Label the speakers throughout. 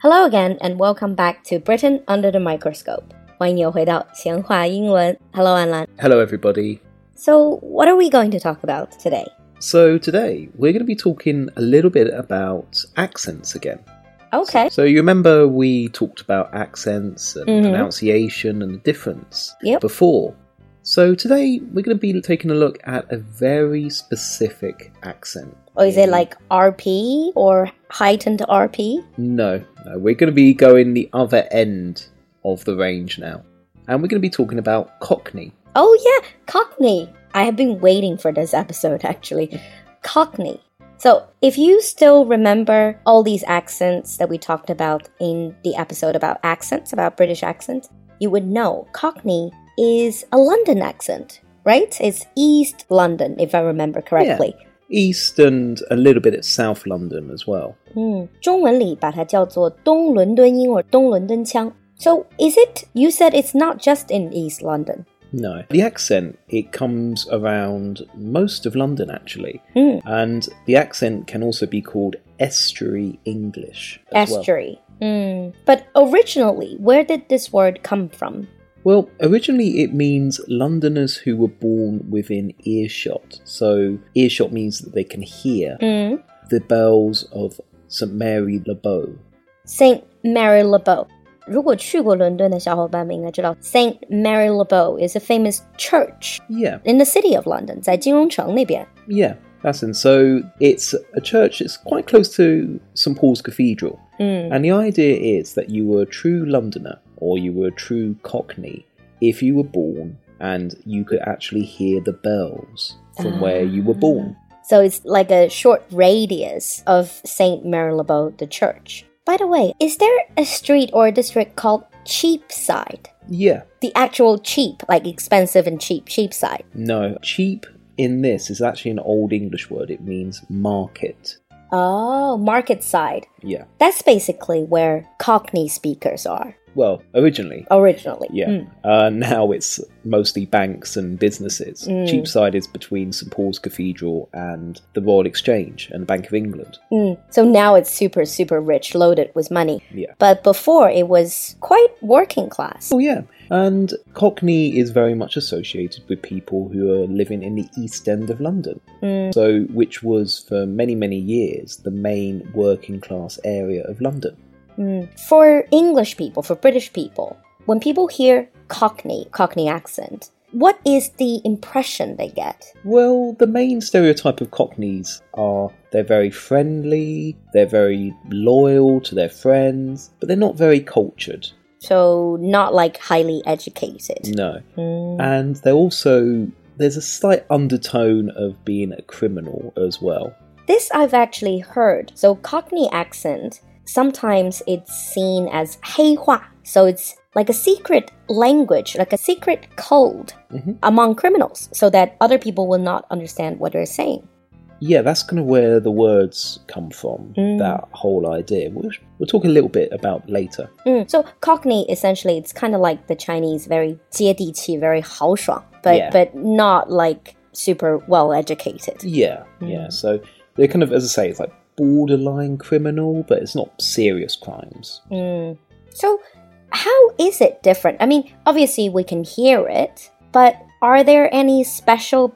Speaker 1: Hello again and welcome back to Britain under the microscope. 欢迎又回到闲话英文。Hello, Anlan.
Speaker 2: Hello, everybody.
Speaker 1: So, what are we going to talk about today?
Speaker 2: So, today we're going to be talking a little bit about accents again.
Speaker 1: Okay.
Speaker 2: So, you remember we talked about accents and
Speaker 1: Mhm.
Speaker 2: pronunciation and the difference
Speaker 1: Yep.
Speaker 2: before. So, today we're going to be taking a look at a very specific accent.
Speaker 1: Or is it
Speaker 2: Mm,
Speaker 1: like RP or heightened RP?
Speaker 2: No, no, we're going to be going the other end of the range now. And we're going to be talking about Cockney.
Speaker 1: Oh, yeah, Cockney. I have been waiting for this episode actually. Cockney. So, if you still remember all these accents that we talked about in the episode about accents, about British accents, you would know Cockney is a London accent, right? It's East London, if I remember correctly.
Speaker 2: East and a little bit at South London as well.
Speaker 1: Hmm. 嗯，中文里把它叫做东伦敦音或者东伦敦腔。So is it? You said it's not just in East London.
Speaker 2: No. The accent, it comes around most of London actually.
Speaker 1: Mm.
Speaker 2: And the accent can also be called estuary English as
Speaker 1: Estuary. Mm. But originally, where did this word come from?
Speaker 2: well. Well, originally it means Londoners who were born within earshot. So earshot means that they can hear
Speaker 1: Mm.
Speaker 2: the bells of St Mary Le Bow.
Speaker 1: Saint Mary Le Bow. 如果去过伦敦的小伙伴们应该知道 Saint Mary Le Bow is a famous church
Speaker 2: Yeah,
Speaker 1: in the city of London, 在金融城那边。
Speaker 2: yeah. That's and so it's a church that's quite close to St Paul's Cathedral.
Speaker 1: Mm.
Speaker 2: And the idea is that you were a true Londoner or you were a true Cockney if you were born and you could actually hear the bells from where you were born.
Speaker 1: So it's like a short radius of St. Mary Le Bow, the church. By the way, is there a street or a district called Cheapside?
Speaker 2: Yeah,
Speaker 1: The actual cheap, like expensive and cheap, Cheapside.
Speaker 2: no. Cheap in this is actually an old English word, it means market.
Speaker 1: Oh, market side.
Speaker 2: Yeah.
Speaker 1: That's basically where Cockney speakers are
Speaker 2: Well, originally.
Speaker 1: originally.
Speaker 2: Yeah.
Speaker 1: Mm.
Speaker 2: Uh, now it's mostly banks and businesses.
Speaker 1: Mm.
Speaker 2: Cheapside is between St Paul's Cathedral and the Royal Exchange and the Bank of England.
Speaker 1: Mm. So now it's super, super rich, loaded with money.
Speaker 2: Yeah.
Speaker 1: But before it was quite working class.
Speaker 2: Oh, yeah. And Cockney is very much associated with people who are living in the East End of London.
Speaker 1: Mm.
Speaker 2: So, which was for many, many years the main working class area of London.
Speaker 1: Mm. For English people, for British people, when people hear Cockney, Cockney accent, what is the impression they get?
Speaker 2: Well, the main stereotype of Cockneys are they're very friendly, they're very loyal to their friends, but they're not very cultured.
Speaker 1: So, not like highly educated.
Speaker 2: No.
Speaker 1: Mm.
Speaker 2: And they're also, there's a slight undertone of being a criminal as well.
Speaker 1: This I've actually heard. So Cockney accent, sometimes it's seen as 黑话. So it's like a secret language, like a secret code
Speaker 2: Mhm.
Speaker 1: among criminals so that other people will not understand what they're saying.
Speaker 2: Yeah, that's kind of where the words come from,
Speaker 1: Mm.
Speaker 2: that whole idea, which we'll talk a little bit about later.
Speaker 1: Mm. So Cockney essentially it's kind of like the Chinese very 接地气, very 豪爽, but
Speaker 2: Yeah.
Speaker 1: but not like super well educated.
Speaker 2: Yeah, yeah. So they're kind of, as I say, it's like borderline criminal, but it's not serious crimes.
Speaker 1: Mm. So, how is it different? I mean, obviously we can hear it, but are there any special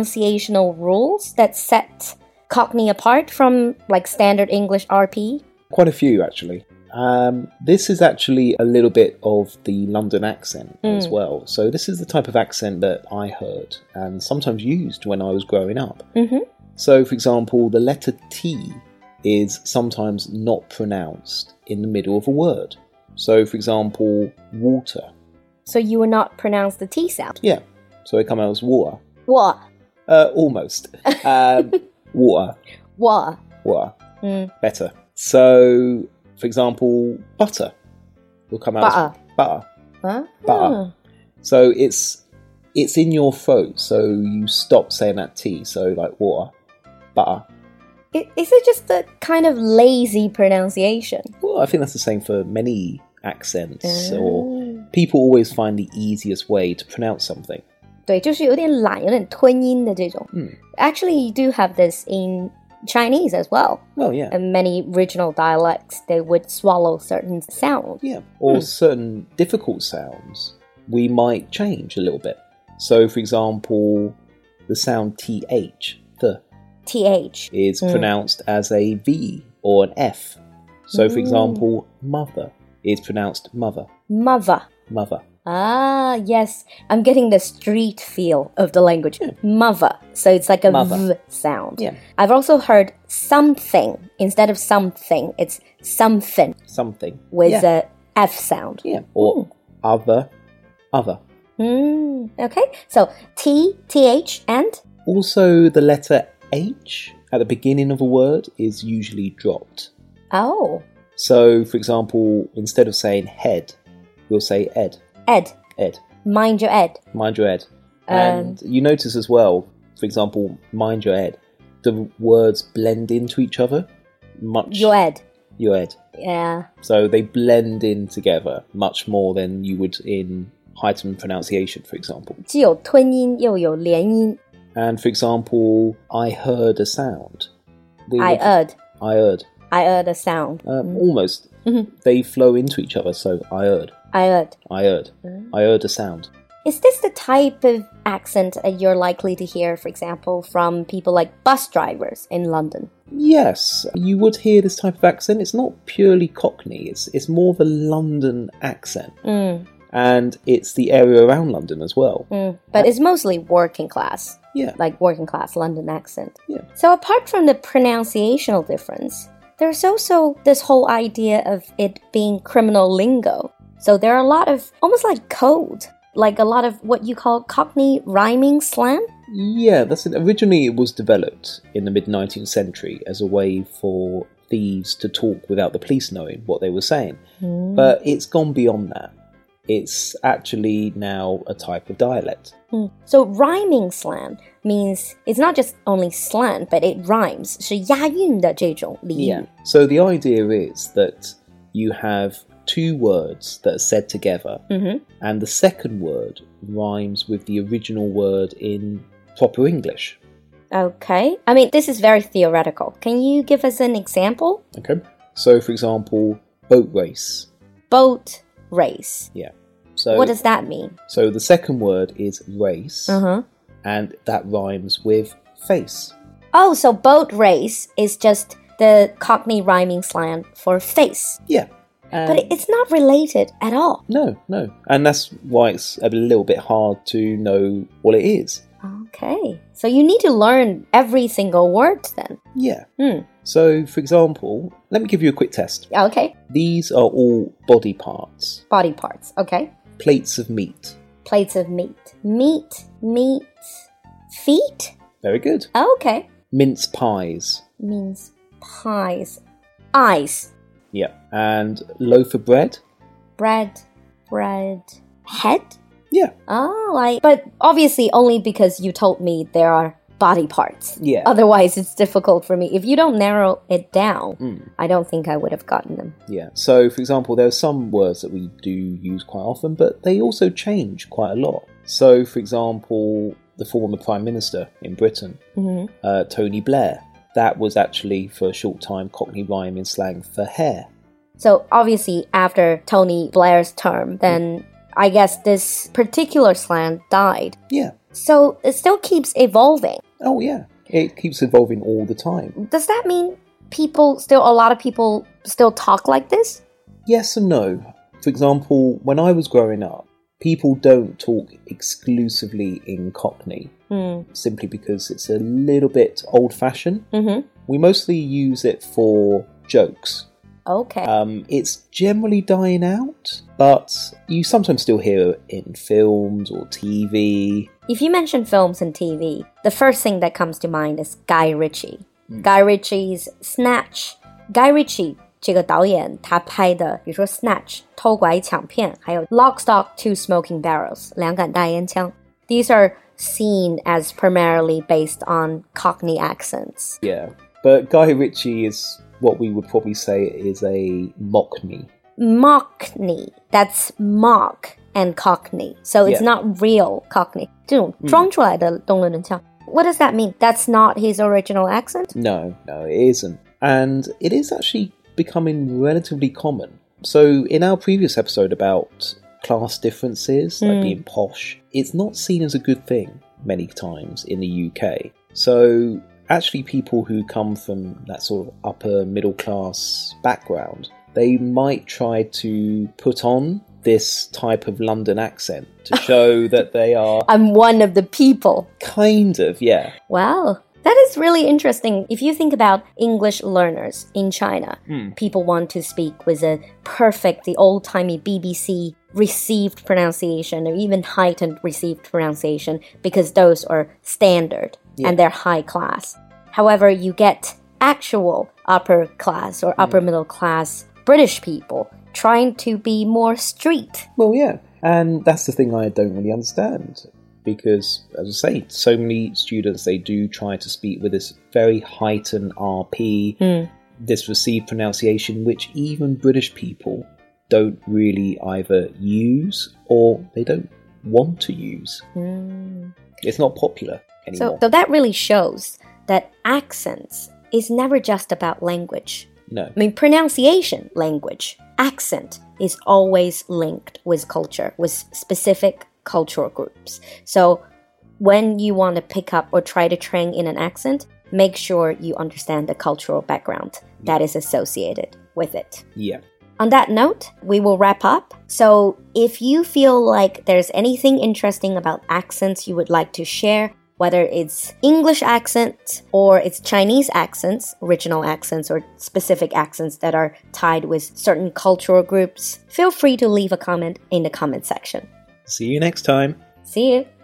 Speaker 1: pronunciational rules that set Cockney apart from like standard English RP?
Speaker 2: Quite a few, actually. Um, this is actually a little bit of the London accent as
Speaker 1: Mm.
Speaker 2: well. So this is the type of accent that I heard and sometimes used when I was growing up.
Speaker 1: Mm-hmm.
Speaker 2: So, for example, the letter T is sometimes not pronounced in the middle of a word. So, for example, water.
Speaker 1: So you will not pronounce the T sound.
Speaker 2: Yeah, so it comes out as water.
Speaker 1: Wa,
Speaker 2: Uh, almost. Um, water,
Speaker 1: wa.
Speaker 2: water,
Speaker 1: Mm.
Speaker 2: better. So, for example, butter will come out
Speaker 1: Butter.
Speaker 2: as butter.
Speaker 1: Huh? Hmm.
Speaker 2: Ba. So it's it's in your throat, so you stop saying that T. So like water, butter.
Speaker 1: I- Is it just a kind of lazy pronunciation?
Speaker 2: Well, I think that's the same for many
Speaker 1: Oh.
Speaker 2: accents or
Speaker 1: Hmm.
Speaker 2: people always find the easiest way to pronounce something.
Speaker 1: 对，就是有点懒，有点吞音的这种。
Speaker 2: 嗯
Speaker 1: Actually, you do have this in Chinese as well.
Speaker 2: Well, yeah.
Speaker 1: In many regional dialects, they would swallow certain sounds.
Speaker 2: Yeah. Or
Speaker 1: Hmm.
Speaker 2: certain difficult sounds we might change a little bit. So, for example, the sound th, the,
Speaker 1: TH.
Speaker 2: is pronounced as a V or an F. So, for example, mother is pronounced mother,
Speaker 1: Mother.
Speaker 2: mother.
Speaker 1: Ah, yes. I'm getting the street feel of the language. Mother. So it's like a
Speaker 2: Hmm. Mother.
Speaker 1: v sound.
Speaker 2: Yeah.
Speaker 1: I've also heard something instead of something. It's something
Speaker 2: Something.
Speaker 1: with
Speaker 2: yeah.
Speaker 1: a f sound.
Speaker 2: yeah. Or other, other.
Speaker 1: Hmm. Okay. So T, TH, and
Speaker 2: Also, the letter H at the beginning of a word is usually dropped.
Speaker 1: oh,
Speaker 2: So, for example, instead of saying head, we'll say ed,
Speaker 1: Ed.
Speaker 2: ed,
Speaker 1: Mind your Ed.
Speaker 2: mind your ed. And
Speaker 1: Um,
Speaker 2: you notice as well, for example, mind your ed, the words blend into each other. Much
Speaker 1: Your Ed.
Speaker 2: your ed.
Speaker 1: Yeah.
Speaker 2: So they blend in together much more than you would in heightened pronunciation, for example.
Speaker 1: 既有吞音又有连音。
Speaker 2: And for example, I heard a sound. We
Speaker 1: I
Speaker 2: would-
Speaker 1: heard. Mm-hmm.
Speaker 2: I heard.
Speaker 1: I heard a sound.
Speaker 2: Um, Almost. They flow into each other, so I heard.
Speaker 1: I heard.
Speaker 2: I heard.
Speaker 1: Mm-hmm.
Speaker 2: I heard a sound.
Speaker 1: Is this the type of accent that you're likely to hear, for example, from people like bus drivers in London?
Speaker 2: Yes, you would hear this type of accent. It's not purely Cockney, it's, it's more of a London accent.
Speaker 1: Mm.
Speaker 2: And it's the area around London as well.
Speaker 1: But it's mostly working class,
Speaker 2: Yeah.
Speaker 1: like working class London accent.
Speaker 2: Yeah.
Speaker 1: So apart from the pronunciational difference, there's also this whole idea of it being criminal lingo. So there are a lot of almost like code, like a lot of what you call Cockney rhyming slang.
Speaker 2: Yeah, that's it. Originally, it was developed in the mid 19th century as a way for thieves to talk without the police knowing what they were saying. But it's gone beyond that. It's actually now a type of dialect.
Speaker 1: So rhyming slang means it's not just only slang, but it rhymes. 是押韵的这种俚语。
Speaker 2: So the idea is that you have two words that are said together, and the second word rhymes with the original word in proper English.
Speaker 1: Okay. I mean, this is very theoretical. Can you give us an example?
Speaker 2: Okay. So, for example, boat race.
Speaker 1: Boat race.
Speaker 2: Yeah. So
Speaker 1: what does that mean? Uh-huh.
Speaker 2: So the second word is race,
Speaker 1: huh.
Speaker 2: and that rhymes with face.
Speaker 1: Oh, so boat race is just the Cockney rhyming slang for face,
Speaker 2: Yeah. Um,
Speaker 1: but it's not related at all.
Speaker 2: no, no, and that's why it's a little bit hard to know what it is.
Speaker 1: Okay. So you need to learn every single word then.
Speaker 2: Yeah.
Speaker 1: Hmm.
Speaker 2: So, for example, let me give you a quick test.
Speaker 1: Okay.
Speaker 2: These are all body parts,
Speaker 1: Body parts. Okay.
Speaker 2: plates of meat.
Speaker 1: plates of meat. Meat, meat, feet? Oh,
Speaker 2: Very good.
Speaker 1: Okay.
Speaker 2: Mince pies.
Speaker 1: Means pies. Eyes.
Speaker 2: Yeah. And loaf of bread.
Speaker 1: Bread, bread, head?
Speaker 2: Yeah.
Speaker 1: Oh, I. But obviously, only because you told me there are body parts.
Speaker 2: Yeah.
Speaker 1: Otherwise, it's difficult for me. If you don't narrow it down, I don't think I would have gotten them.
Speaker 2: Yeah. So, for example, there are some words that we do use quite often, but they also change quite a lot. So, for example, the former Prime Minister in Britain, uh, Tony Blair, that was actually for a short time Cockney rhyme in slang for hair.
Speaker 1: So obviously, after Tony Blair's term, then I guess this particular slang died.
Speaker 2: Yeah.
Speaker 1: So it still keeps evolving.
Speaker 2: Oh, yeah. It keeps evolving all the time.
Speaker 1: Does that mean people still, a lot of people still talk like this?
Speaker 2: Yes and no. For example, when I was growing up, people don't talk exclusively in Cockney simply because it's a little bit old fashioned.
Speaker 1: Mm-hmm.
Speaker 2: We mostly use it for jokes.
Speaker 1: Okay.
Speaker 2: Um, it's generally dying out, but you sometimes still hear it in films or TV.
Speaker 1: if you mention films and TV, the first thing that comes to mind is Guy Ritchie. Guy Ritchie's Snatch. Guy Ritchie 这个导演他拍的，比如说 Snatch 偷拐抢骗，还有 Lock Stock Two Smoking Barrels 两杆大烟枪 These are seen as primarily based on Cockney accents.
Speaker 2: Yeah. But Guy Ritchie is what we would probably say is a mockney.
Speaker 1: Mockney. That's mock and Cockney. So it's
Speaker 2: Yeah.
Speaker 1: not real Cockney. 这种装出来的东伦敦腔。 What does that mean? That's not his original accent?
Speaker 2: No, no, it isn't. And it is actually becoming relatively common. So, in our previous episode about class differences, like being posh, it's not seen as a good thing many times in the UK. So, actually, people who come from that sort of upper middle class background, they might try to put on this type of London accent to show that they are
Speaker 1: I'm one of the people.
Speaker 2: kind of, yeah.
Speaker 1: Wow. That is really interesting. If you think about English learners in China, people want to speak with a perfect, the old timey BBC received pronunciation or even heightened received pronunciation because those are standard and they're high class. However, you get actual upper class or upper middle class British people trying to be more street.
Speaker 2: Well, yeah, and that's the thing I don't really understand because, as I say, so many students they do try to speak with this very heightened RP, this received pronunciation, which even British people don't really either use or they don't want to use. It's not popular
Speaker 1: So,
Speaker 2: anymore.
Speaker 1: so that really shows that accents is never just about language.
Speaker 2: no,
Speaker 1: I mean, pronunciation, language, accent is always linked with culture, with specific cultural groups. So when you want to pick up or try to train in an accent, make sure you understand the cultural background that is associated with it.
Speaker 2: yeah.
Speaker 1: On that note, we will wrap up. So, if you feel like there's anything interesting about accents you would like to share, whether it's English accents or it's Chinese accents, original accents or specific accents that are tied with certain cultural groups, feel free to leave a comment in the comment section.
Speaker 2: See you next time.
Speaker 1: See you!